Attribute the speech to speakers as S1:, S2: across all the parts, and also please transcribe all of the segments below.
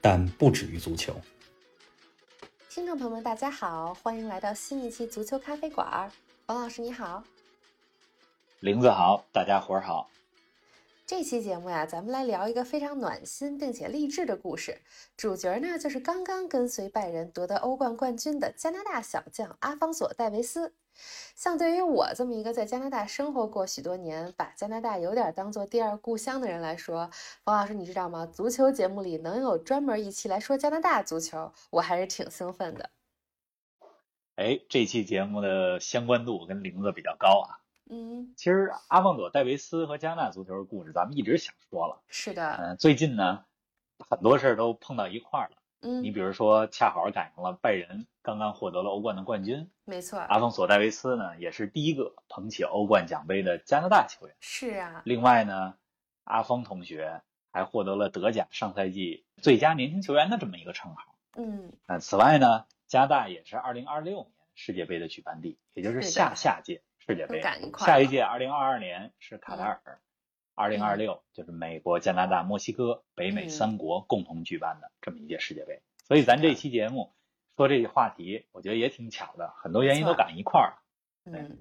S1: 但不止于足球。
S2: 听众朋友们，大家好，欢迎来到新一期足球咖啡馆儿。王老师你好，
S3: 玲子好，大家伙儿好。
S2: 这期节目呀，咱们来聊一个非常暖心并且励志的故事。主角呢，就是刚刚跟随拜仁夺得欧冠冠军的加拿大小将阿方索·戴维斯。像对于我这么一个在加拿大生活过许多年，把加拿大有点当做第二故乡的人来说，王老师，你知道吗？足球节目里能有专门一期来说加拿大足球，我还是挺兴奋的。
S3: 哎，这期节目的相关度跟玲子比较高啊。
S2: 嗯，
S3: 其实阿旺佐戴维斯和加拿大足球的故事，咱们一直想说了。
S2: 是的，
S3: 嗯、最近呢，很多事儿都碰到一块儿了。你
S2: 嗯，
S3: 比如说，恰好赶上了拜仁刚刚获得了欧冠的冠军，
S2: 没错，
S3: 阿方索·戴维斯呢，也是第一个捧起欧冠奖杯的加拿大球员。
S2: 是啊，
S3: 另外呢，阿方同学还获得了德甲上赛季最佳年轻球员的这么一个称号。
S2: 嗯，
S3: 那此外呢，加拿大也是2026年世界杯的举办地，也就是
S2: 是的
S3: 下下届世界杯
S2: 都。赶一块儿
S3: 下一
S2: 了
S3: 届2022年是卡塔尔，2 0 2 6就是美国、加拿大、墨西哥、北美
S2: 嗯
S3: 三国共同举办的这么一届世界杯。所以咱这期节目说这个话题，我觉得也挺巧的，很多原因
S2: 没错
S3: 都赶一块儿了。
S2: 嗯，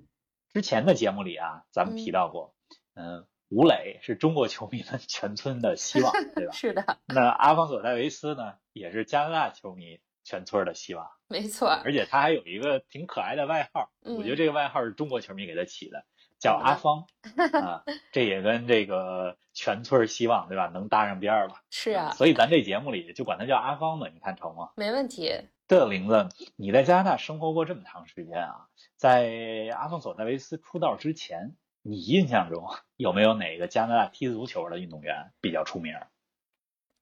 S3: 之前的节目里啊，咱们提到过，嗯、吴磊是中国球迷们全村的 希望，对吧？
S2: 是的，
S3: 那阿方索·戴维斯呢，也是加拿大球迷全村的希望。
S2: 没错，
S3: 而且他还有一个挺可爱的外号，
S2: 嗯
S3: 我觉得这个外号是中国球迷给他起的，叫阿芳 啊，这也跟这个全村希望对吧能搭上边儿吧？
S2: 是啊，
S3: 所以咱这节目里就管他叫阿芳吧，你看成吗？
S2: 没问题。
S3: 对了，玲子，你在加拿大生活过这么长时间啊，在阿方索·戴维斯出道之前，你印象中 有没有哪个加拿大踢足球的运动员比较出名？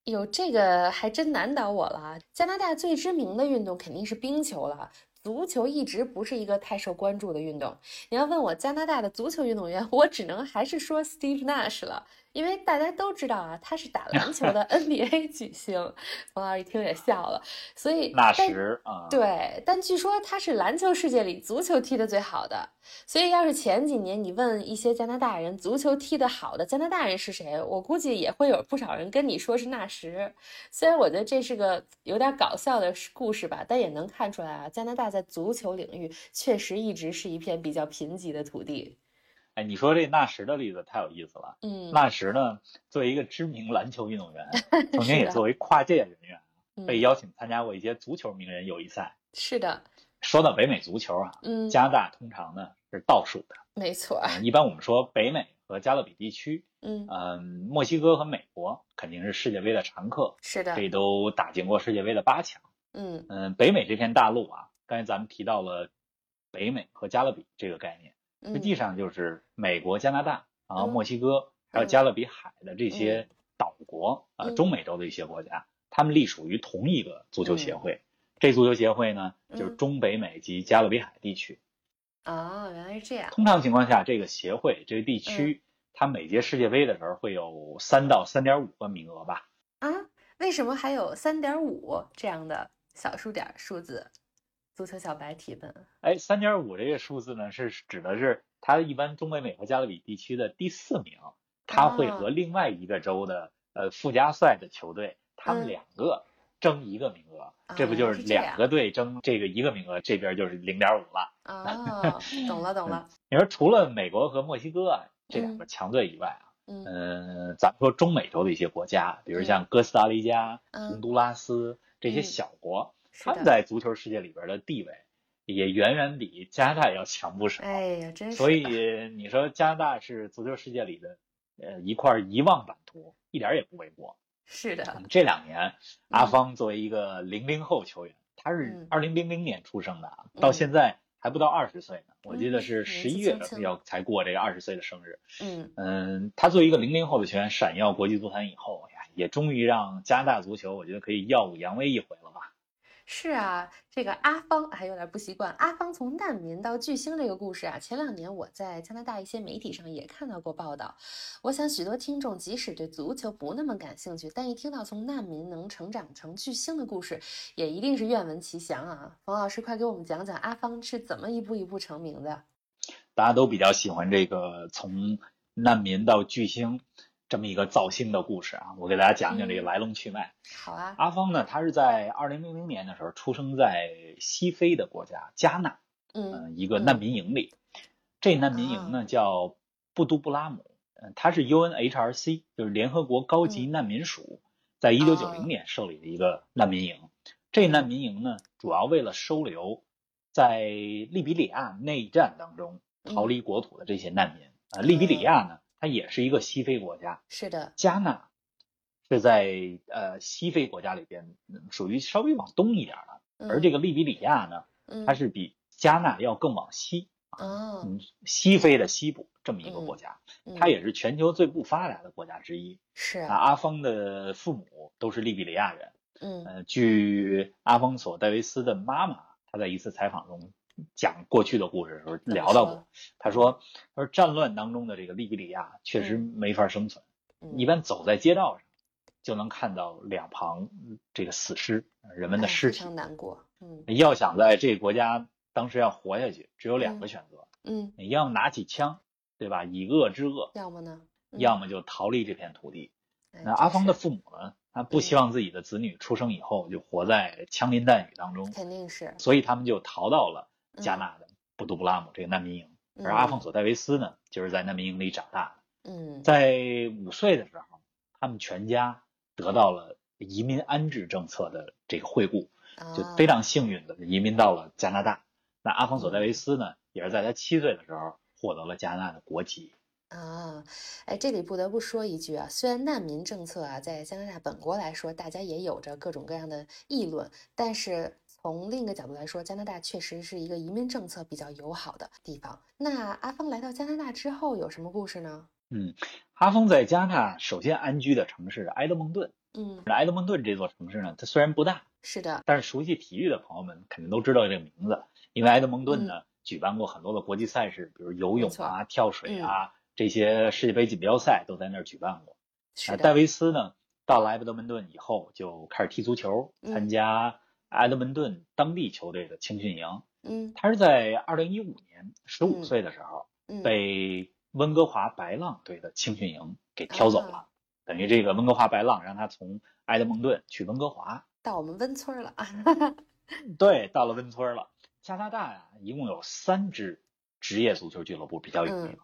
S2: 有这个还真难倒我了啊。加拿大最知名的运动肯定是冰球了，足球一直不是一个太受关注的运动。你要问我加拿大的足球运动员， 我只能还是说 Steve Nash 了，因为大家都知道啊，他是打篮球的 NBA 巨星。王老师一听也笑了，所以
S3: 纳
S2: 但
S3: 什啊，
S2: 对，但据说他是篮球世界里足球踢得最好的，所以要是前几年你问一些加拿大人足球踢得好的加拿大人是谁，我估计也会有不少人跟你说是纳什。虽然我觉得这是个有点搞笑的故事吧，但也能看出来啊，加拿大在足球领域确实一直是一片比较贫瘠的土地。
S3: 哎，你说这纳什的例子太有意思了。
S2: 嗯，
S3: 纳什呢，作为一个知名篮球运动员，曾经
S2: 是
S3: 也
S2: 的
S3: 作为跨界人员
S2: 嗯
S3: 被邀请参加过一些足球名人友谊赛。
S2: 是的，
S3: 说到北美足球啊，
S2: 嗯，
S3: 加拿大通常呢是倒数的。
S2: 没错儿，
S3: 一般我们说北美和加勒比地区，
S2: 嗯，
S3: 嗯，墨西哥和美国肯定是世界杯的常客，
S2: 是的，
S3: 这都打进过世界杯的八强。
S2: 嗯，
S3: 嗯，北美这片大陆啊，刚才咱们提到了北美和加勒比这个概念。实际
S2: 嗯，
S3: 上就是美国、加拿大，然后
S2: 嗯
S3: 墨西哥，还有加勒比海的这些岛国啊、
S2: 嗯
S3: 中美洲的一些国家，他们隶属于同一个足球协会。这足球协会呢，就是
S2: 嗯
S3: 中北美及加勒比海地区。
S2: 哦，原来是这样，嗯
S3: 通常情况下，这个协会这个地区，它每届世界杯的时候会有三到三点五个名额吧。
S2: 啊，为什么还有三点五这样的小数点儿数字？足球小白提问。
S3: 哎，三点五这个数字呢，是指的是它一般中北美和加勒比地区的第四名，它会
S2: 啊
S3: 和另外一个州的呃附加赛的球队，他们
S2: 嗯
S3: 两个争一个名额，这不
S2: 啊
S3: 就是
S2: 是这样
S3: 两个队争这个一个名额，这边就是零点五了。
S2: 哦，懂了懂了，
S3: 你说除了美国和墨西哥啊这两个强队以外啊，
S2: 嗯
S3: 嗯、咱们说中美洲的一些国家，比如
S2: 嗯
S3: 像哥斯达黎加、洪
S2: 嗯，
S3: 都拉斯这些
S2: 嗯
S3: 小国，
S2: 是
S3: 他们
S2: 的，
S3: 在足球世界里边的地位也远远比加拿大要强不少。
S2: 哎呀，真是的，
S3: 所以你说加拿大是足球世界里的呃一块遗忘版图，一点儿也不为过。
S2: 是的，
S3: 这两
S2: 嗯
S3: 年，阿方作为一个零零后球员，他是
S2: 嗯
S3: 二零零零年出生的啊，
S2: 嗯
S3: 到现在还不到二十岁呢。我记得
S2: 嗯
S3: 是十一
S2: 年
S3: 月
S2: 纪轻轻
S3: 要才过这个二十岁的生日。
S2: 嗯
S3: 嗯，他作为一个零零后的球员，闪耀国际足坛以后呀，也终于让加拿大足球，我觉得可以耀武扬威一回了吧？
S2: 是啊，这个阿芳还有点不习惯。阿芳从难民到巨星这个故事啊，前两年我在加拿大一些媒体上也看到过报道。我想许多听众即使对足球不那么感兴趣，但一听到从难民能成长成巨星的故事，也一定是愿闻其详啊。冯老师，快给我们讲讲阿芳是怎么一步一步成名的。
S3: 大家都比较喜欢这个从难民到巨星这么一个造星的故事啊，我给大家讲讲这
S2: 嗯
S3: 个来龙去脉。
S2: 好啊，
S3: 阿芳呢，她是在二零零零年的时候出生在西非的国家加纳，
S2: 嗯，
S3: 嗯，一个难民营里。这难民营呢叫布都布拉姆，嗯，它是 UNHRC，就是联合国高级难民署，在一九九零年设立的一个难民营。这难民营呢，主要为了收留在利比里亚内战当中
S2: 嗯
S3: 逃离国土的这些难民。啊、利比里亚呢，它也是一个西非国家，
S2: 是的，
S3: 加纳是在呃西非国家里边嗯属于稍微往东一点的，而这
S2: 个
S3: 个利比里亚呢，它是比加纳要更往西，
S2: 嗯哦，
S3: 嗯，西非的西部这么一个
S2: 嗯
S3: 国家，
S2: 嗯
S3: 它也是全球最不发达的国家之一。
S2: 是啊
S3: 那阿芳的父母都是利比里亚人，
S2: 嗯
S3: 呃，据阿方索·戴维斯的妈妈，她在一次采访中讲过去的故事的时候
S2: 么
S3: 聊到
S2: 说
S3: 过，她说，她说战乱当中的这个利比里亚确实没法生存，
S2: 嗯
S3: 一般走在街道上就能看到两旁嗯这个死尸，呃人们的
S2: 哎
S3: 尸
S2: 非
S3: 体。
S2: 常难过，嗯
S3: 要想在这个国家当时要活下去，只有两个选择，
S2: 嗯，
S3: 你要么拿起枪，对吧？以恶制恶，
S2: 要么呢？嗯
S3: 要么就逃离这片土地。
S2: 哎
S3: 那阿
S2: 真
S3: 芳
S2: 是
S3: 的父母呢，他不希望自己的子女出生以后就活在枪林弹雨当中，
S2: 肯定嗯是
S3: 所以他们就逃到了加纳的布都布拉姆这个难民营。
S2: 嗯
S3: 而阿方，索·戴维斯呢，就是在难民营里长大的。
S2: 嗯嗯，
S3: 在五岁的时候，他们全家得到了移民安置政策的这个惠顾，就非
S2: 啊
S3: 常幸运的移民到了加拿大。那阿方索·戴维斯呢，也是在他七岁的时候获得了加拿大的国籍。
S2: 啊，哎，这里不得不说一句啊，虽然难民政策啊在加拿大本国来说，大家也有着各种各样的议论，但是从另一个角度来说，加拿大确实是一个移民政策比较友好的地方。那阿芳来到加拿大之后有什么故事呢？
S3: 哈峰在加拿大首先安居的城市是埃德蒙顿。
S2: 嗯，
S3: 埃德蒙顿这座城市呢，它虽然不大，
S2: 是的，
S3: 但是熟悉体育的朋友们肯定都知道这个名字，因为埃德蒙顿呢、举办过很多的国际赛事，比如游泳
S2: 嗯没错嗯
S3: 啊、跳水啊、这些世界杯锦标赛都在那儿举办过。
S2: 是
S3: 啊，
S2: 的，
S3: 戴维斯呢，到了埃德蒙顿以后就开始踢足球，
S2: 嗯
S3: 参加埃德蒙顿当地球队的青训营。
S2: 嗯
S3: 他是在二零一五年十
S2: 嗯
S3: 五岁的时候、
S2: 嗯，
S3: 被温哥华白浪队的青训营给挑走了，
S2: 啊
S3: 等于这个温哥华白浪让他从埃德蒙顿去温哥华，
S2: 到我们温村儿了啊，
S3: 对，到了温村了。加拿大呀、一共有三支职业足球俱乐部比较有名，
S2: 嗯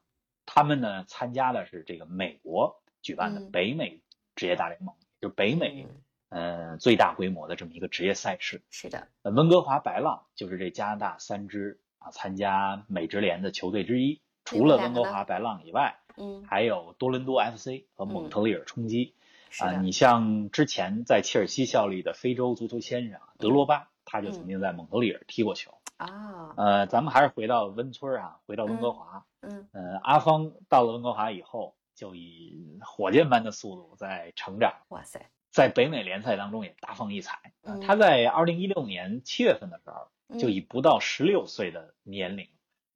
S3: 他们呢参加的是这个美国举办的
S2: 嗯
S3: 北美职业大联盟，就北美、
S2: 嗯
S3: 呃最大规模的这么一个职业赛事。
S2: 是的，
S3: 呃温哥华白浪就是这加拿大三支啊参加美职联的球队之一，除了温哥华白浪以外，
S2: 嗯，
S3: 还有多伦多 FC 和蒙特利尔冲击。
S2: 是
S3: 啊，
S2: 的，
S3: 你像之前在切尔西效力的非洲足球先生啊德罗巴，他
S2: 嗯
S3: 就曾经在蒙特利尔踢过球。
S2: 啊，
S3: 呃，咱们还是回到温村儿啊，回到温哥华。
S2: 嗯
S3: 呃，阿芳到了温哥华以后，就以火箭般的速度在成长，
S2: 哇塞，
S3: 在北美联赛当中也大放异彩。呃
S2: 嗯
S3: 他在二零一六年七月份的时候，就
S2: 嗯
S3: 以不到十六岁的年龄，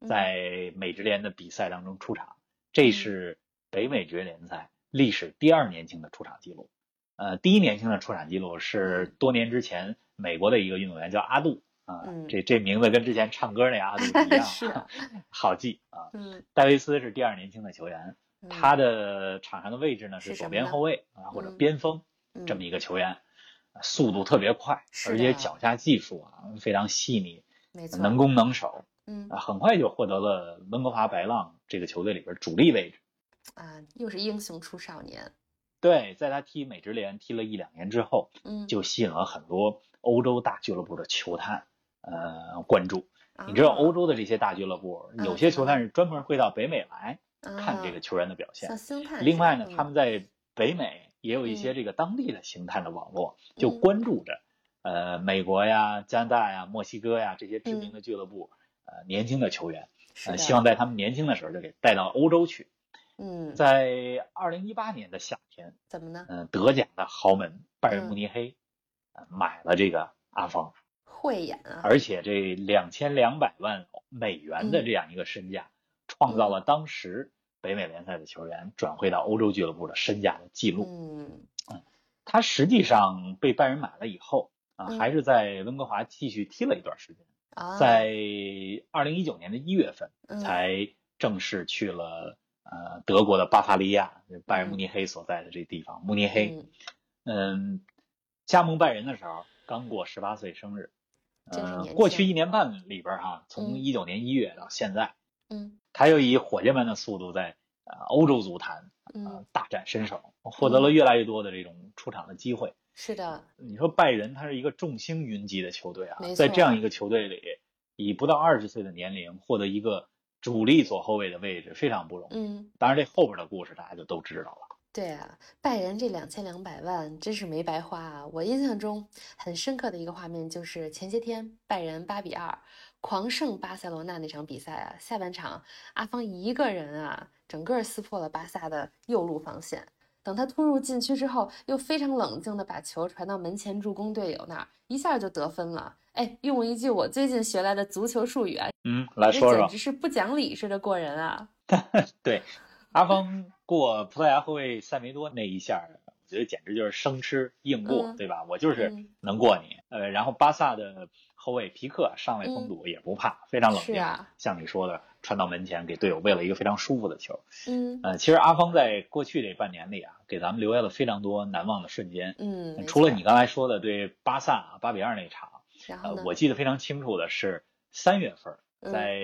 S2: 嗯
S3: 在美职联的比赛当中出场，这是北美职业联赛历史第二年轻的出场记录。呃，第一年轻的出场记录是多年之前美国的一个运动员叫阿杜啊、
S2: 嗯
S3: 这这名字跟之前唱歌那个阿 杜一样，
S2: 是啊
S3: 好记啊。
S2: 嗯，
S3: 戴维斯是第二年轻的球员，
S2: 嗯
S3: 他的场上的位置呢
S2: 是
S3: 是
S2: 什么
S3: 左边
S2: 呢
S3: 后卫啊或者
S2: 嗯
S3: 边锋
S2: 嗯
S3: 这么一个球员，呃速度特别快，
S2: 是
S3: 而
S2: 的
S3: 且脚下技术啊非常细腻，
S2: 没错，
S3: 能攻能守。
S2: 嗯
S3: 啊，很快就获得了温哥华白浪这个球队里边主力位置。
S2: 啊，又是英雄出少年，
S3: 对，在他踢美职联踢了一两年之后，
S2: 嗯，
S3: 就吸引了很多欧洲大俱乐部的球探呃关注。你知道欧
S2: 洲
S3: 洲的这些大俱乐部，
S2: 哦嗯
S3: 有些
S2: 知道
S3: 球探是专门会到北美来看
S2: 看
S3: 这个球员的表
S2: 啊像
S3: 现。
S2: 星探
S3: 另
S2: 似
S3: 外
S2: 的
S3: 呢，他们在北美也有一些
S2: 嗯
S3: 这个当地的星探的网络，就
S2: 嗯
S3: 关注着呃美国呀、加拿大呀、墨西哥呀这些知名的俱乐部呃年轻的球员。
S2: 嗯嗯是
S3: 呃，
S2: 的
S3: 希望在他们年轻的时候就给带到欧洲去。
S2: 嗯，
S3: 在二零一八年的夏天，
S2: 怎么呢？
S3: 嗯、德甲的豪门拜仁慕尼黑、呃买了这个阿方，
S2: 慧眼啊，
S3: 而且这两千两百万美元的这样一个身价，创造了当时北美联赛的球员转会到欧洲俱乐部的身价的记录。
S2: 嗯
S3: 他实际上被拜仁买了以后啊、
S2: 嗯
S3: 还是在温哥华继续踢了一段时间，
S2: 啊，
S3: 在二零一九年的一月份。
S2: 嗯
S3: 才正式去了呃德国的巴伐利亚，拜仁慕尼黑所在的这地方。慕尼黑，
S2: 嗯
S3: 嗯，加盟拜仁的时候刚过十八岁生日，
S2: 真是
S3: 呃，
S2: 年
S3: 过去
S2: 轻
S3: 一年半里边儿啊，从
S2: 嗯
S3: 一九年一月到现在，
S2: 嗯
S3: 他又以火箭般的速度在呃欧洲足坛
S2: 嗯
S3: 呃，大展身手，获得了越来越多的这种出场的机会。
S2: 是的，
S3: 你说拜仁，他是一个众星云集的球队啊
S2: 没，
S3: 在
S2: 错
S3: 这样一个球队里，以不到二十岁的年龄获得一个主力左后卫的位置，非常不容易。
S2: 嗯，
S3: 当然，这后边的故事大家就都知道了。
S2: 对啊，拜仁这两千两百万真是没白花啊！我印象中很深刻的一个画面就是前些天拜仁八比二狂胜巴塞罗那那场比赛啊，下半场阿方一个人啊，整个撕破了巴萨的右路防线。等他突入禁区之后，又非常冷静的把球传到门前助攻队友那儿，一下就得分了。哎，用一句我最近学来的足球术语啊，
S3: 嗯，来
S2: 这
S3: 说
S2: 简
S3: 说
S2: 直是不讲理似的过人啊！
S3: 阿方过葡萄牙后卫塞梅多那一下，我觉得简直就是生吃硬过，
S2: 嗯
S3: 对吧？我就是
S2: 嗯
S3: 能过你。呃，然后巴萨的后卫皮克上来封堵也不怕，非常冷
S2: 嗯是
S3: 静，
S2: 啊
S3: 像你说的，传到门前给队友喂了一个非常舒服的球。
S2: 嗯
S3: 呃，其实阿芳在过去这半年里啊，给咱们留下了非常多难忘的瞬间。
S2: 嗯，没
S3: 除了
S2: 错
S3: 你，刚才说的对巴萨啊八比二那场，
S2: 然后
S3: 呃
S2: 呢，？
S3: 我记得非常清楚的是三月份
S2: 嗯
S3: 在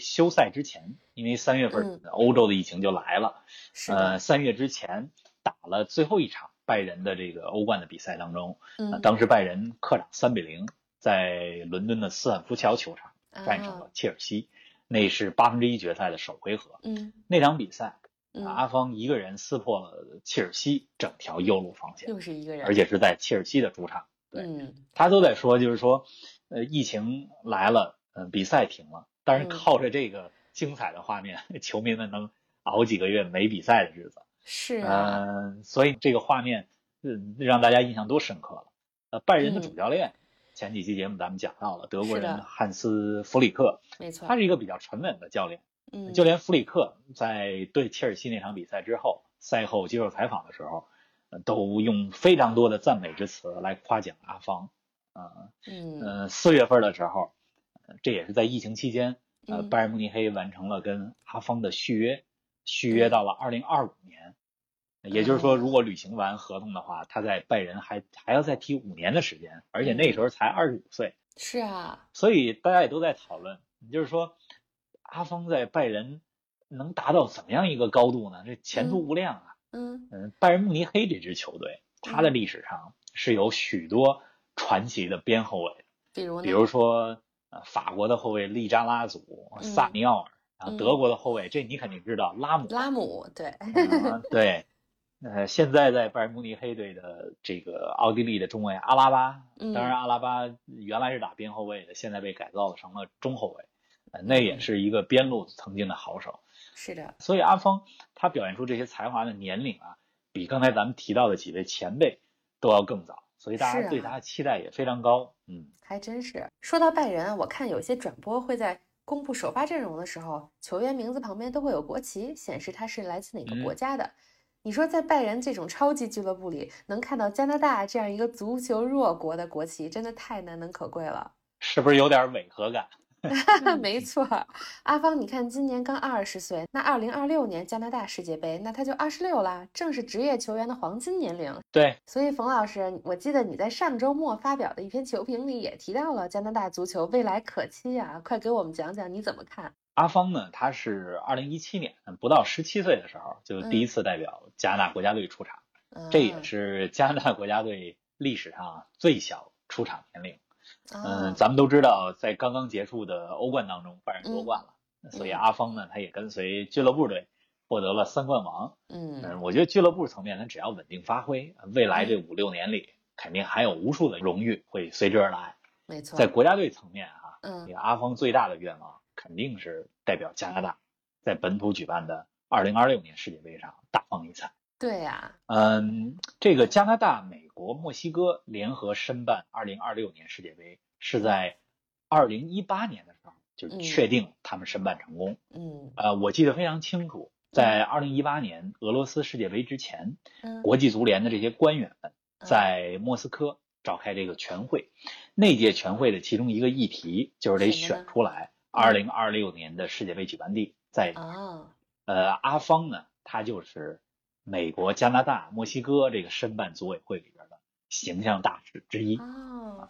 S3: 休赛之前，因为三月份
S2: 嗯
S3: 欧洲的疫情就来了，
S2: 是
S3: 呃，
S2: 的，
S3: 三月之前打了最后一场拜仁的这个欧冠的比赛当中，呃
S2: 嗯，
S3: 当时拜仁客场三比零在伦敦的斯坦福桥球场战胜
S2: 啊
S3: 了切尔西，那是八分之一决赛的首回合，
S2: 嗯
S3: 那场比赛。
S2: 嗯，
S3: 阿方一个人撕破了切尔西整条右路防线，
S2: 又是一个人，
S3: 而且是在切尔西的主场。对
S2: 嗯
S3: 他都在说，就是说，呃，疫情来了，嗯、比赛停了，但是
S2: 嗯
S3: 靠着这个精彩的画面， 球迷们能熬几个月没比赛的日子。
S2: 是
S3: 嗯、
S2: 啊，
S3: 所以这个画面，嗯、让大家印象多深刻了。呃，拜仁的
S2: 嗯
S3: 主教练，前几期节目咱们讲到了，德国
S2: 是的
S3: 人汉斯弗里克，
S2: 没错，
S3: 他是一个比较沉稳的教练。
S2: 嗯
S3: 就连弗里克在对切尔西那场比赛之后，赛后接受采访的时候，呃都用非常多的赞美之词来夸奖阿方。呃，
S2: 嗯
S3: 呃，四月份的时候，呃这也是在疫情期间，呃，
S2: 嗯
S3: 拜仁慕尼黑完成了跟阿方的续约，续约到了二零二五年。呃也就是
S2: 嗯
S3: 说，如果履行完合同的话，他在拜仁还还要再踢五年的时间，而且
S2: 嗯
S3: 那时候才二十五岁，
S2: 是啊，
S3: 所以大家也都在讨论，就是说阿方在拜仁能达到怎么样一个高度呢？这前途无量啊！
S2: 嗯
S3: 嗯，拜仁慕尼黑这支球队，它的历史上是有许多传奇的边后卫，
S2: 比如呢，
S3: 比如说呃法国的后卫利扎拉祖、
S2: 嗯
S3: 萨尼奥尔，然
S2: 嗯
S3: 后德国的后卫，这你肯定知道，拉姆。
S2: 拉姆，对，
S3: 嗯对，呃，现在在拜仁慕尼黑队的这个奥地利的中卫阿拉巴，
S2: 嗯
S3: 当然阿拉巴原来是打边后卫的，现在被改造成了中后卫，呃，那也
S2: 嗯
S3: 是一个边路曾经的好手。
S2: 是的，
S3: 所以阿方他表现出这些才华的年龄啊，比刚才咱们提到的几位前辈都要更早，所以大
S2: 是
S3: 家对
S2: 啊
S3: 他的期待也非常高。嗯，
S2: 还真是。说到拜仁啊，我看有些转播会在公布首发阵容的时候，球员名字旁边都会有国旗，显示他是来自哪个国
S3: 嗯
S2: 家的。你说在拜仁这种超级俱乐部里，能看到加拿大这样一个足球弱国的国旗，真的太难能可贵了。
S3: 是不是有点违和感？
S1: 嗯
S2: 没错儿，阿芳，你看今年刚二十岁，那二零二六年加拿大世界杯，那他就二十六啦，正是职业球员的黄金年龄。
S3: 对，
S2: 所以，冯老师，我记得你在上周末发表的一篇球评里也提到了加拿大足球未来可期啊，快给我们讲讲你怎么看？
S3: 阿方呢，他是二零一七年不到十七岁的时候，
S2: 嗯
S3: 就第一次代表加拿大国家队出场，这也是加拿大国家队历史上最小出场年龄。
S2: 啊，
S3: 嗯，
S2: 啊
S3: 咱们都知道，在刚刚结束的欧冠当中，拜仁夺冠了，所以
S2: 嗯
S3: 阿方呢，他也跟随俱乐部队获得了三冠王。
S2: 嗯，
S3: 嗯，我觉得俱乐部层面，他只要稳定发挥，未来
S2: 嗯
S3: 这五六年里，肯定还有无数的荣誉会随之而来。
S2: 没错，
S3: 在国家队层面啊，
S2: 嗯
S3: 这个阿方最大的愿望肯定是代表加拿大在本土举办的
S1: 二零二六年世界杯上大放异彩。
S2: 对呀、
S1: 嗯，这个加拿大、美国、墨西哥联合申办二零二六年世界杯，是在二零一八年的时候就
S2: 嗯
S1: 确定他们申办成功。
S2: 嗯
S1: 呃，我记得非常清楚，在二零一八年俄罗斯世界杯之前，
S2: 嗯，
S1: 国际足联的这些官员们
S2: 嗯
S1: 在莫斯科召开这个全会。那届全会的其中一个议题就是得
S2: 什么呢嗯
S1: 选出来二零二六年的世界杯举办地在哪儿。
S2: 啊，
S1: 呃，阿方呢，他就是美国、加拿大、墨西哥这个申办组委会里边的形象大使之一。
S2: 哦，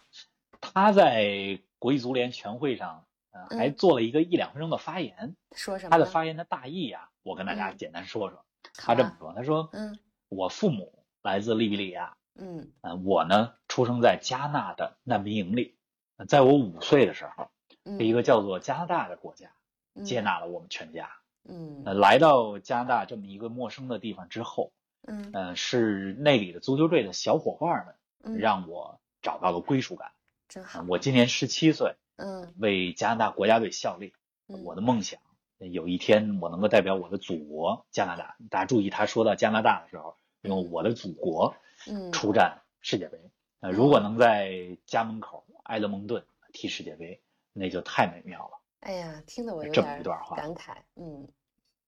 S1: 他在国际足联全会上，呃，还
S2: 嗯
S1: 做了一个一两分钟的发言。
S2: 说什么
S1: 他
S2: 呢？
S1: 的发言的大意啊，我跟大家
S2: 嗯
S1: 简单说说。
S2: 好
S1: 他这么
S2: 啊
S1: 说，他说
S2: 嗯
S1: 我父母来自利比里亚，
S2: 嗯
S1: 呃，我呢出生在加纳的难民营里，呃在我五岁的时候，
S2: 嗯，
S1: 一个叫做加拿大的国家
S2: 嗯
S1: 接纳了我们全家。
S2: 嗯
S1: 呃，来到加拿大这么一个陌生的地方之后，
S2: 嗯
S1: 呃，是那里的足球队的小伙伴
S2: 嗯，
S1: 们让我找到了归属感。
S2: 真
S1: 呃
S2: 好，
S1: 我今年十七岁，
S2: 嗯，
S1: 为加拿大国家队效力，我
S2: 的
S1: 的梦想。呃有一天我能够代表我的祖国加拿大，大家注意他说到加拿大的时候，用我的祖国
S2: 嗯
S1: 出战世界杯。呃，如果能在家门口埃德蒙顿踢世界杯，那就太美妙了。
S2: 哎呀，听得我有
S1: 这
S2: 点
S1: 么
S2: 儿
S1: 一段话
S2: 感慨，嗯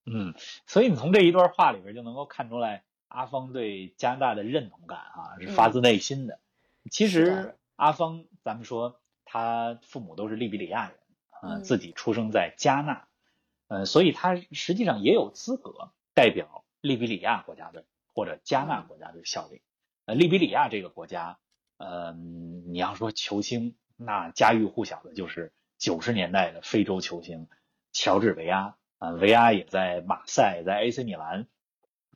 S1: 嗯，所以你从这一段话里边就能够看出来，阿芳对加拿大的认同感啊是发自内心的。其
S2: 嗯是的
S1: 实阿芳，咱们说他父母都是利比里亚人，呃，
S2: 嗯
S1: 自己出生在加纳，呃，所以他实际上也有资格代表利比里亚国家队或者加纳
S2: 嗯
S1: 国家队效力。呃，利比里亚这个国家，呃，你要说球星，那家喻户晓的就是九十年代的非洲球星乔治维阿，啊、维阿也在马赛、在 AC 米兰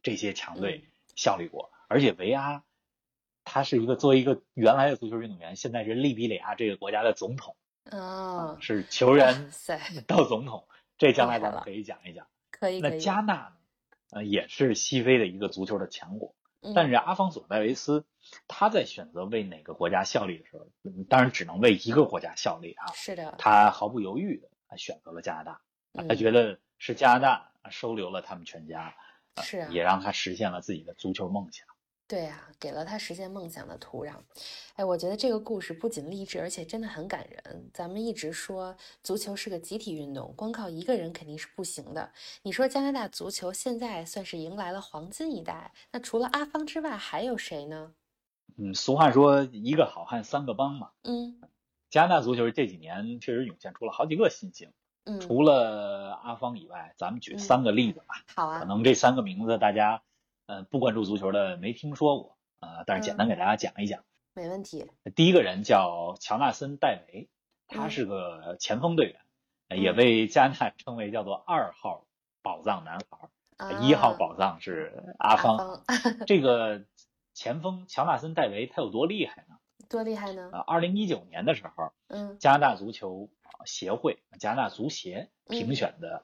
S1: 这些强
S2: 嗯
S1: 队效力过，而且维阿他是一个作为一个原来的足球运动员，现在是利比里亚这个国家的总统，
S2: 啊，
S1: 是球
S2: 哇
S1: 员
S2: 塞，
S1: 到总统，这将来
S2: 厉害
S1: 咱们
S2: 了
S1: 可以讲一讲。
S2: 可以可
S1: 那
S2: 以，
S1: 加纳呢，呃，也是西非的一个足球的强国。但
S2: 嗯
S1: 是阿方索戴维斯他在选择为哪个国家效力的时候，嗯当然只能为一个国家效力啊，
S2: 是的，
S1: 他毫不犹豫的选择了加拿大，啊他
S2: 嗯
S1: 觉得是加拿大啊收留了他们全家，呃
S2: 是啊
S1: 也让他实现了自己的足球梦想。
S2: 对啊，给了他实现梦想的土壤。哎，我觉得这个故事不仅励志，而且真的很感人。咱们一直说足球是个集体运动，光靠一个人肯定是不行的。你说加拿大足球现在算是迎来了黄金一代，那除了阿方之外，还有谁呢？
S1: 嗯，俗话说一个好汉三个帮嘛，
S2: 嗯
S1: 加拿大足球这几年确实涌现出了好几个新星，
S2: 嗯，
S1: 除了阿方以外，咱们举
S2: 嗯
S1: 三个例子吧。
S2: 好
S1: 可
S2: 啊，
S1: 能这三个名字大家呃不关注足球的没听说过呃，但是简单给大家讲一讲。
S2: 没问题。
S1: 第一个人叫乔纳森·戴维，他
S2: 嗯
S1: 是个前锋队员，呃也
S2: 嗯
S1: 被加拿大 称为叫做二号宝藏男孩儿，呃一、号
S2: 啊
S1: 宝藏是阿
S2: 阿
S1: 方。
S2: 方，
S1: 这个前锋乔纳森·戴维他有多厉害呢？
S2: 多厉害呢
S1: 呃，？二零一九年的时候，
S2: 嗯
S1: 加拿大足球呃协会加拿大足协
S2: 嗯
S1: 评选的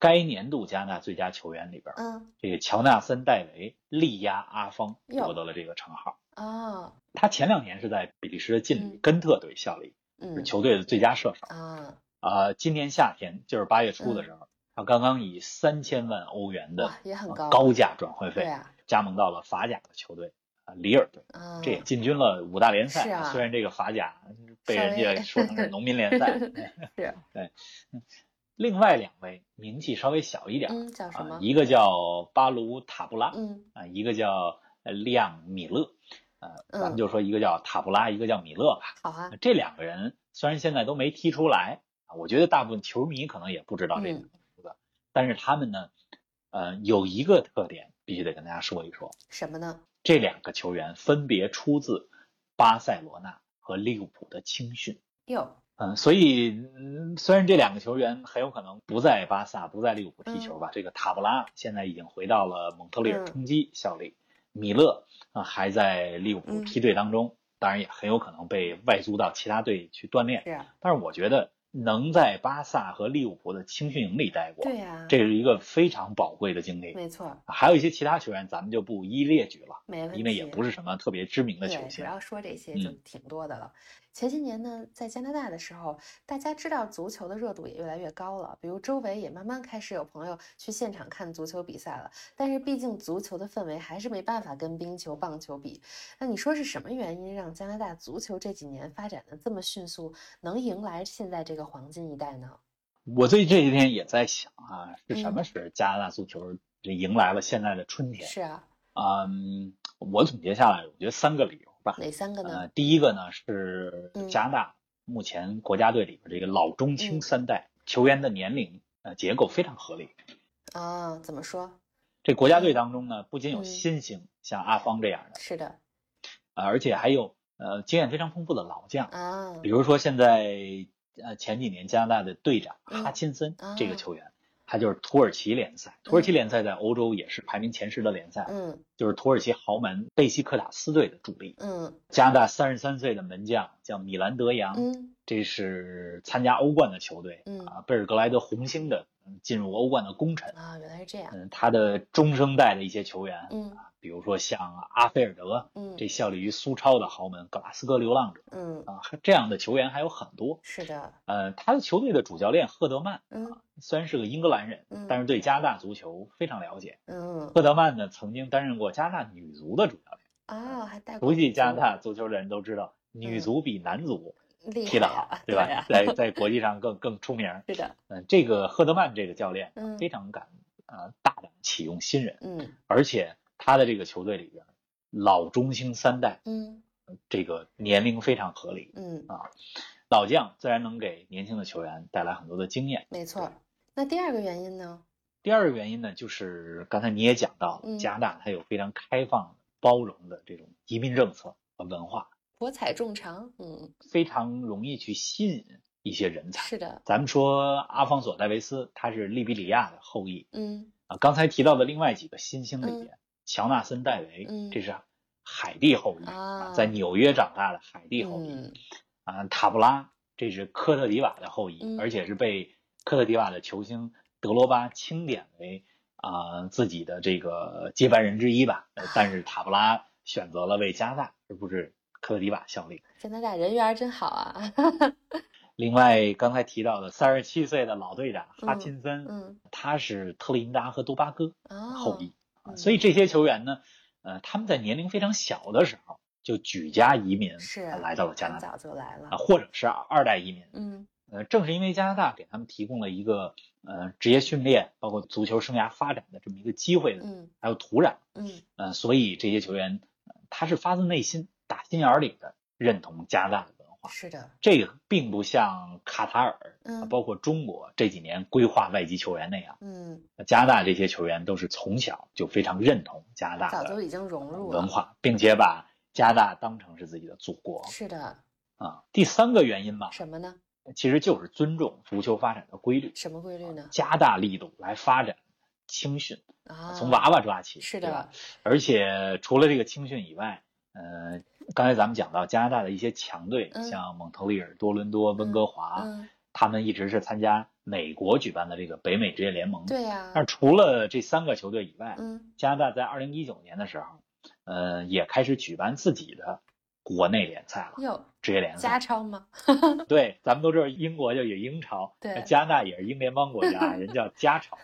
S1: 该年度加拿大最佳球员里边儿。
S2: 嗯
S1: 这个乔纳森·戴维力压阿方
S2: 哟
S1: 夺得了这个称号。
S2: 哦
S1: 他前两年是在比利时的劲旅
S2: 嗯
S1: 根特队效力，是
S2: 嗯
S1: 球队的最佳射手。
S2: 啊
S1: 啊、今年夏天就是八月初的时候，他刚刚以三千万欧元的
S2: 哇也很
S1: 呃
S2: 高
S1: 高价转会
S2: 对
S1: 费
S2: 啊
S1: 加盟到了法甲的球队啊、里尔队，
S2: 啊
S1: 这也进军了五大联
S2: 是
S1: 赛。
S2: 啊
S1: 虽然这个法甲被
S2: 稍
S1: 人
S2: 微。
S1: 家说成是农民联赛
S2: 是
S1: 另外两位名气稍微小一点 儿
S2: 嗯叫什
S1: 啊、
S2: 么？
S1: 一个叫巴卢塔布拉，
S2: 嗯
S1: 啊，一个叫呃利昂米勒，呃，咱
S2: 嗯
S1: 们就说一个叫塔布拉，一个叫米勒吧。
S2: 好啊
S1: 这两个人虽然现在都没踢出来，啊我觉得大部分球迷可能也不知道这两个名字，但是他们呢，呃，有一个特点必须得跟大家说一说，
S2: 什么呢？
S1: 这两个球员分别出自巴塞罗那和利物浦的青训。
S2: 哟
S1: 嗯，所以嗯，虽然这两个球员很有可能不在巴萨、不在利物浦踢
S2: 嗯
S1: 球吧，这个塔布拉现在已经回到了蒙特利尔冲击效力，米勒啊、还在利物浦
S2: 嗯
S1: 梯队当中，当然也很有可能被外租到其他队去锻炼。
S2: 是啊
S1: 但是我觉得能在巴萨和利物浦的青训营里待过，
S2: 对呀、
S1: 这是一个非常宝贵的经历。啊
S2: 没错，
S1: 还有一些其他球员，咱们就不一一列举了，
S2: 没问题。
S1: 因为也不是什么特别知名的球
S2: 对，主
S1: 星。
S2: 要说这些就
S1: 嗯
S2: 挺多的了。前些年呢，在加拿大的时候，大家知道足球的热度也越来越高了，比如周围也慢慢开始有朋友去现场看足球比赛了。但是毕竟足球的氛围还是没办法跟冰球、棒球比。那你说是什么原因让加拿大足球这几年发展的这么迅速，能迎来现在这个黄金一代呢？
S1: 我最近这些天也在想啊，是什么
S2: 嗯
S1: 使加拿大足球这迎来了现在的春天？
S2: 是啊，
S1: 嗯，我总结下来，我觉得三个理由吧。
S2: 哪三个呢？
S1: 呃，第一个呢是
S2: 嗯
S1: 加拿大目前国家队里边这个老中
S2: 嗯
S1: 青三代球员的年龄呃结构非常合理。
S2: 啊，怎么说？
S1: 这国家队当中呢，不仅有
S2: 嗯
S1: 新星，像阿方这样的，
S2: 是的
S1: 呃而且还有呃经验非常丰富的老将，
S2: 啊
S1: 比，如说现在呃前几年加拿大的队长
S2: 嗯
S1: 哈钦森
S2: 啊
S1: 这个球员，他就是土耳其联赛，土耳其联赛在欧洲也是排名前十的联赛，
S2: 嗯
S1: 就是土耳其豪门贝西克塔斯队的主力。
S2: 嗯
S1: 加拿大三十三岁的门将叫米兰德扬，
S2: 嗯
S1: 这是参加欧冠的球队，
S2: 嗯
S1: 啊，贝尔格莱德红星的嗯进入欧冠的功臣。
S2: 啊，原来是这样。
S1: 嗯，他的中生代的一些球员，
S2: 嗯
S1: 比如说像阿菲尔德，
S2: 嗯
S1: 这效力于苏超的豪门格拉斯哥流浪者
S2: 嗯，
S1: 啊，这样的球员还有很多。
S2: 是的，
S1: 呃，他的球队的主教练赫德曼
S2: 嗯
S1: 虽然是个英格兰人，
S2: 嗯
S1: 但是对加拿大足球非常了解。
S2: 嗯
S1: 赫德曼呢，曾经担任过加拿大女足的主教练。
S2: 啊，还带过
S1: 熟悉加拿
S2: 足
S1: 大足球的人都知道，
S2: 嗯
S1: 女足比男足
S2: 厉害
S1: 踢得
S2: 呀
S1: 好，
S2: 对
S1: 吧？
S2: 呀
S1: 在在国际上更更出名儿。
S2: 是的，
S1: 嗯，这个赫德曼这个教练
S2: 嗯
S1: 非常敢呃大胆启用新人，
S2: 嗯
S1: 而且他的这个球队里边儿老中青三代
S2: 嗯
S1: 这个年龄非常合理，
S2: 嗯，
S1: 老将自然能给年轻的球员带来很多的经验。
S2: 没错儿。那第二个原因呢？
S1: 第二个原因呢，就是刚才你也讲到
S2: 嗯
S1: 了，加拿大它有非常开放、包容的这种移民政策和文化，
S2: 博采众长，嗯，
S1: 非常容易去吸引一些人才。
S2: 是的，
S1: 咱们说阿方索·戴维斯，他是利比里亚的后裔
S2: 嗯
S1: 啊。刚才提到的另外几个新星里边，乔纳森·戴维，
S2: 嗯
S1: 这是海地后裔
S2: 啊
S1: 在纽约长大的海地后裔、
S2: 嗯
S1: 啊。塔布拉，这是科特迪瓦的后裔，
S2: 嗯
S1: 而且是被科特迪瓦的球星德罗巴钦点为啊、自己的这个接班人之一吧。呃但是塔布拉选择了为加拿大，而不是科特迪瓦效力。
S2: 加拿大人缘儿真好啊，
S1: 另外，刚才提到的三十七岁的老队长哈
S2: 嗯
S1: 钦森，
S2: 嗯
S1: 他是特立尼达和多巴哥
S2: 哦，
S1: 后裔，啊
S2: 嗯
S1: 所以这些球员呢，呃，他们在年龄非常小的时候就举家移民
S2: 是
S1: 呃来到了加拿
S2: 很
S1: 大
S2: 早就来了
S1: 啊，，或者是二代移民。
S2: 嗯
S1: 呃，正是因为加拿大给他们提供了一个呃职业训练，包括足球生涯发展的这么一个机会，
S2: 嗯
S1: 还有土壤，
S2: 嗯
S1: 呃，所以这些球员、呃他是发自内心、打心眼儿里的认同加拿大的文化。
S2: 是的，
S1: 这个并不像卡塔尔，
S2: 嗯
S1: 包括中国这几年规划外籍球员那样，
S2: 嗯，
S1: 加拿大这些球员都是从小就非常认同加拿大
S2: 早就
S1: 的
S2: 已经融入了
S1: 文，化，并且把加拿大当成是自己的祖国
S2: 是的，
S1: 啊。第三个原因吧，
S2: 什么呢？
S1: 其实就是尊重足球发展的规律，
S2: 什么规律呢？
S1: 加大力度来发展青训，
S2: 啊，
S1: 从娃娃抓起，
S2: 是
S1: 对吧
S2: 的，
S1: 而且除了这个青训以外，呃，刚才咱们讲到加拿大的一些强队，
S2: 嗯
S1: 像蒙特利尔、多伦多、温哥华，
S2: 嗯，
S1: 他们一直是参加美国举办的这个北美职业联盟。
S2: 对呀，
S1: 但是除了这三个球队以外，
S2: 嗯
S1: 加拿大在二零一九年的时候，呃，也开始举办自己的国内联赛了，
S2: 哟，
S1: 职业联
S2: 加
S1: 赛。
S2: 超吗？
S1: 对，咱们都知道英国就有英超，
S2: 对
S1: 加拿大也是英联邦 国家，人叫加超。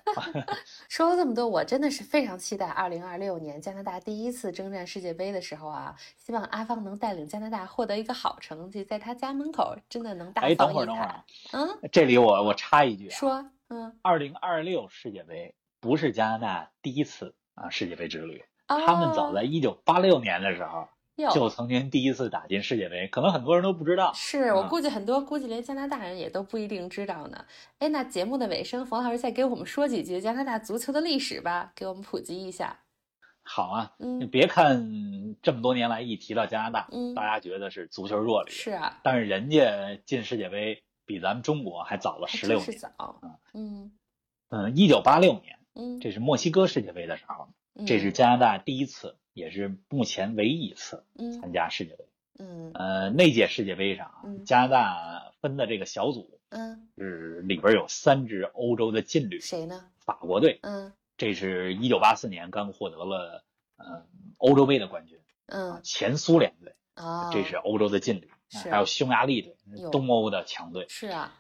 S2: 说了这么多，我真的是非常期待二零二六年加拿大第一次征战世界杯的时候啊，希望阿方能带领加拿大获得一个好成绩，在他家门口真的能大
S1: 哎，
S2: 放
S1: 等会儿，
S2: 异
S1: 等会儿
S2: 彩
S1: 啊。，
S2: 嗯，
S1: 这里我我插一句啊，
S2: 说，嗯，
S1: 二零二六世界杯不是加拿大第一次啊世界杯之旅，
S2: 啊、
S1: 他们早在一九八六年的时
S2: 哦
S1: 候就
S2: 哟，
S1: 曾经第一次打进世界杯，可能很多人都不知道。
S2: 是我
S1: 啊
S2: 估计很多，估计连加拿大人也都不一定知道呢。哎，那节目的尾声，冯老师再给我们说几句加拿大足球的历史吧，给我们普及一下。
S1: 好啊，你
S2: 嗯
S1: 别看这么多年来一提到加拿大，
S2: 嗯，
S1: 大家觉得是足球弱旅，
S2: 是啊，
S1: 但是人家进世界杯比咱们中国还早了
S2: 还
S1: 十
S2: 真
S1: 六
S2: 是
S1: 年。
S2: 早，嗯
S1: 嗯，一九八六年，
S2: 嗯，
S1: 这是墨西哥世界杯的时候，
S2: 嗯
S1: 这是加拿大第一次，也是目前唯一一次
S2: 嗯
S1: 参加世界杯。
S2: 嗯
S1: 呃，那届世界杯上啊
S2: 嗯，
S1: 加拿大分的这个小组
S2: 嗯，
S1: 是里边有三支欧洲的劲旅，
S2: 谁呢？
S1: 法国队，
S2: 嗯
S1: 这是一九八四年刚获得了呃欧洲杯的冠军啊
S2: 嗯，
S1: 前苏联队，
S2: 哦，
S1: 这是欧洲的劲旅，啊
S2: 是
S1: 还有匈牙利队
S2: 哟，
S1: 东欧的强队，
S2: 是啊，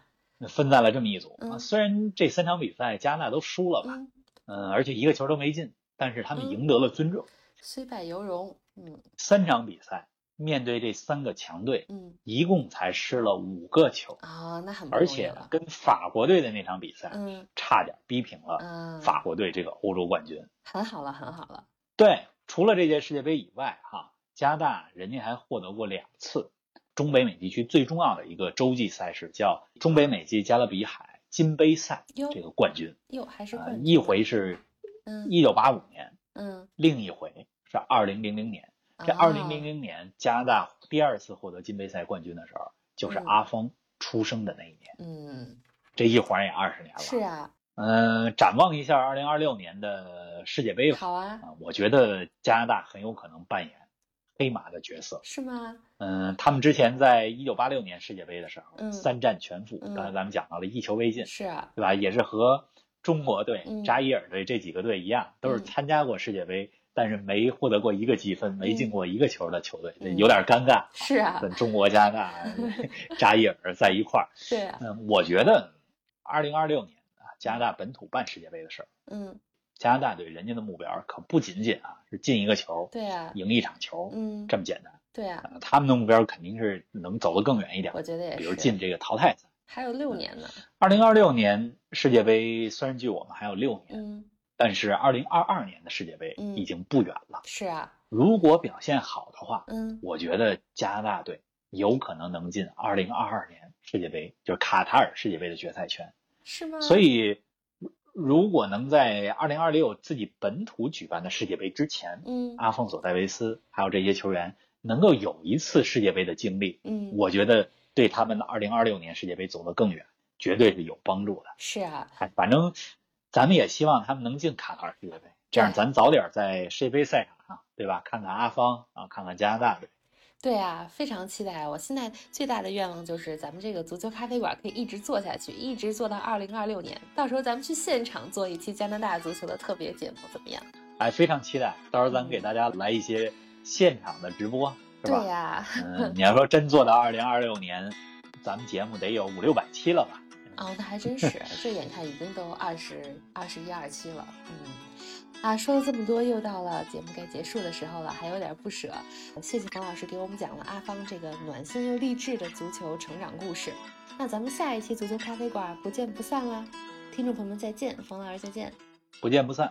S1: 分在了这么一组。
S2: 嗯
S1: 啊虽然这三场比赛加拿大都输了吧，
S2: 嗯，
S1: 嗯，而且一个球都没进，但是他
S2: 嗯
S1: 们赢得了尊重。
S2: 虽败犹荣，嗯
S1: 三场比赛面对这三个强队，
S2: 嗯，
S1: 一共才失了五个球，
S2: 哦，那很不
S1: 而
S2: 容易
S1: 且呢
S2: 了，
S1: 跟法国队的那场比赛
S2: 嗯
S1: 差点逼平了
S2: 嗯，
S1: 啊法国队这个欧洲冠军。
S2: 很好了，很好了，
S1: 对，除了这届世界杯以外，哈，加拿大人家还获得过两次中北美地区最重要的一个洲际赛事，叫中北美及加勒比海金杯赛
S2: 哟
S1: 这个冠军
S2: 哟，还是
S1: 啊、
S2: 冠军，
S1: 一回是
S2: 嗯
S1: 一九八五年，
S2: 嗯，
S1: 另一回是二零零零年。这二零零
S2: 哦，
S1: 零年加拿大第二次获得金杯赛冠军的时候，就是
S2: 嗯
S1: 阿峰出生的那一年。
S2: 嗯，
S1: 这一晃也二十年了。
S2: 是啊，
S1: 嗯、展望一下二零二六年的世界杯吧。
S2: 好啊，
S1: 啊，我觉得加拿大很有可能扮演黑马的角色。
S2: 是吗？
S1: 嗯，他们之前在一九八六年世界杯的时候，
S2: 嗯
S1: 三战全负，
S2: 嗯
S1: 刚才咱们讲到了一球未进，
S2: 是啊，
S1: 对吧？也是和中国队、
S2: 嗯
S1: 扎伊尔队这几个队一样，都是
S2: 嗯
S1: 参加过世界杯，但是没获得过一个积分，没进过一个球的球队，
S2: 嗯
S1: 有点尴尬。
S2: 是啊，
S1: 跟中国、加拿 大、扎伊尔在一块儿，
S2: 对啊，
S1: 嗯，我觉得二零二六年啊，加拿大本土办世界杯的事儿，
S2: 嗯，
S1: 加拿大队人家的目标可不仅仅啊是进一个球、
S2: 对啊，
S1: 赢一场球
S2: 嗯，
S1: 这么简单
S2: 对啊，
S1: 啊，他们的目标肯定是能走得更远一点
S2: 我，觉得也
S1: 比如
S2: 是，
S1: 进嗯这个淘汰赛。
S2: 还有六年呢，
S1: 二零二六年世界杯虽然距我们还有六年，
S2: 嗯，
S1: 但是二零二二年的世界杯
S2: 嗯
S1: 已经不远了。
S2: 是啊，
S1: 如果表现好的话，
S2: 嗯，
S1: 我觉得加拿大队有可能能进二零二二年世界杯，就是卡塔尔世界杯的决赛圈。
S2: 是吗？
S1: 所以，如如果能在二零二六自己本土举办的世界杯之前，
S2: 嗯
S1: 阿方索戴维斯还有这些球员能够有一次世界杯的经历，
S2: 嗯，
S1: 我觉得对他们的二零二六年世界杯走得更远，绝对是有帮助的。
S2: 是啊，
S1: 哎，反正咱们也希望他们能进卡塔尔世界杯，这样
S2: 对
S1: 咱早点在世界杯赛场上，对吧？看看阿方啊，看看加拿大队。
S2: 对啊，非常期待。我现在最大的愿望就是咱们这个足球咖啡馆可以一直做下去，一直做到二零二六年。到时候咱们去现场做一期加拿大足球的特别节目，怎么样？
S1: 哎，非常期待，到时候咱们给大家来一些现场的直播，是
S2: 对
S1: 吧？
S2: 呀、
S1: 嗯，你要说真做到二零二六年，咱们节目得有五六百期了吧？
S2: 哦，那还真是，这眼看已经都二十二十一二期了，嗯，啊，说了这么多，又到了节目该结束的时候了，还有点不舍。谢谢冯老师给我们讲了阿芳这个暖心又励志的足球成长故事。那咱们下一期足球咖啡馆不见不散啦，听众朋友们再见，冯老师再见。
S1: 不见不散。